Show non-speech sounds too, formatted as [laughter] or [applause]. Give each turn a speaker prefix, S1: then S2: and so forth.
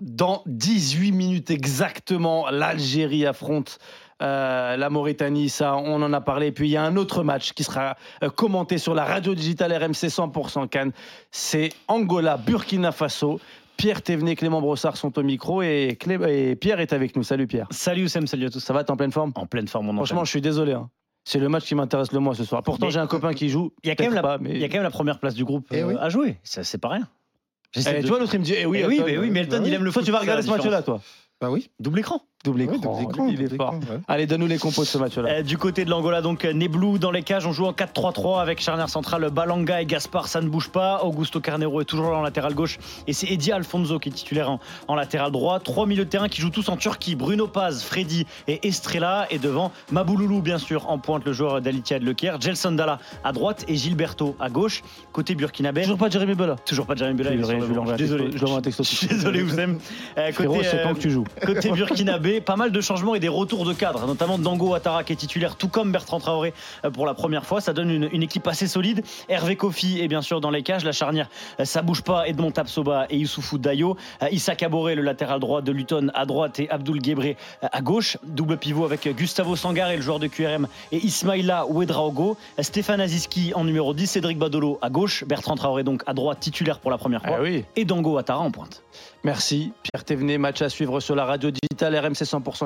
S1: Dans 18 minutes exactement, l'Algérie affronte euh, la Mauritanie, ça, on en a parlé. Et puis, il y a un autre match qui sera euh, commenté sur la radio digitale RMC 100% Cannes. C'est Angola, Burkina Faso. Pierre Thévenet, Clément Brossard sont au micro et, Clé- et Pierre est avec nous. Salut Pierre.
S2: Salut Sam, salut à tous.
S1: Ça va, t'es en pleine forme
S2: En pleine forme, on
S1: Franchement,
S2: enchaîne.
S1: je suis désolé. hein. C'est le match qui m'intéresse le moins ce soir. Pourtant,
S2: Mais-
S1: j'ai un copain qui joue.
S2: Il y, a quand
S1: Peut-être
S2: même la,
S1: pas, mais-
S2: il y a quand même la première place du groupe
S3: Eh
S2: euh,
S3: oui.
S2: à jouer. Ça, C'est pas rien.
S1: Eh,
S2: J'essaie de-
S1: Tu vois, l'autre, il me dit Eh oui,
S2: Eh oui,
S1: Elton,
S2: mais oui,
S1: euh,
S2: mais Elton,
S1: bah
S2: il
S1: oui.
S2: aime le
S1: Toi,
S2: foot,
S1: tu vas
S2: c'est
S1: regarder
S2: la
S1: ce match-là, toi.
S3: Bah oui.
S2: Double écran.
S1: Double
S3: Ouais,
S1: écran.
S3: double écran,
S1: il est
S3: double
S1: fort.
S3: écran, ouais.
S1: Allez, donne-nous les compos de ce match-là.
S2: Euh, du côté de l'Angola, donc euh, Neblou dans les cages, on joue en 4-3-3 avec charnière centrale Balanga et Gaspard, ça ne bouge pas. Augusto Carnero est toujours là en latéral gauche et c'est Eddie Alfonso qui est titulaire en, en latéral droit. Trois milieux de terrain qui jouent tous en Turquie Bruno Paz, Freddy et Estrella. Et devant Mabouloulou, bien sûr, en pointe le joueur d'Alitia Lequer, Gelson Dalla à droite et Gilberto à gauche. Côté burkinabé,
S1: Toujours pas Jérémy Bella.
S2: toujours pas de Jérémy
S1: Je
S2: Bella,
S1: lui
S2: il est sur
S1: enverrai-
S2: le
S1: je lui
S2: banc.
S1: enverrai un
S2: désolé.
S1: texto- je lui
S2: [laughs]
S1: envoie un texto
S2: Je suis désolé, Euh, vous aimez.
S1: Frérot, je sais pas que tu joues.
S2: Côté burkinabé, pas mal de changements et des retours de cadres, notamment Dango Ouattara qui est titulaire, tout comme Bertrand Traoré euh, pour la première fois. Ça donne une, une équipe assez solide. Hervé Kofi est bien sûr dans les cages. La charnière, euh, ça bouge pas. Edmond Tapsoba et Youssoufou Dayo. Euh, Issa Caboré, le latéral droit de Luton à droite et Abdoul Guébré euh, à gauche. Double pivot avec euh, Gustavo Sangaré, le joueur de QRM, et Ismaïla Ouedraogo. Euh, Stéphane Aziski en numéro 10, Cédric Badolo à gauche. Bertrand Traoré donc à droite, titulaire pour la première fois.
S1: Ah oui.
S2: Et Dango Ouattara en pointe.
S1: Merci. Pierre Thévenet, match à suivre sur la radio digitale RMC 100%